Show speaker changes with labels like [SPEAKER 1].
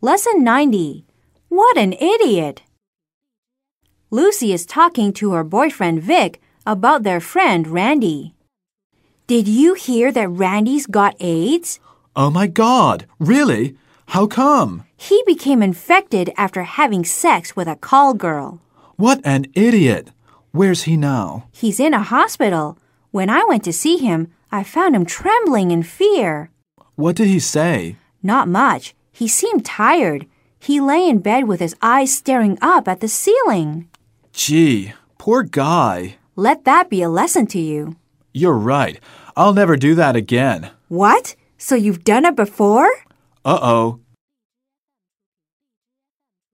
[SPEAKER 1] Lesson 90. What an idiot! Lucy is talking to her boyfriend Vic about their friend Randy. Did you hear that Randy's got AIDS?
[SPEAKER 2] Oh my God, really? How come?
[SPEAKER 1] He became infected after having sex with a call girl.
[SPEAKER 2] What an idiot! Where's he now?
[SPEAKER 1] He's in a hospital. When I went to see him, I found him trembling in fear.
[SPEAKER 2] What did he say?
[SPEAKER 1] Not much. He seemed tired. He lay in bed with his eyes staring up at the ceiling.
[SPEAKER 2] Gee, poor guy.
[SPEAKER 1] Let that be a lesson to you.
[SPEAKER 2] You're right. I'll never do that again.
[SPEAKER 1] What? So you've done it before?
[SPEAKER 2] Uh oh.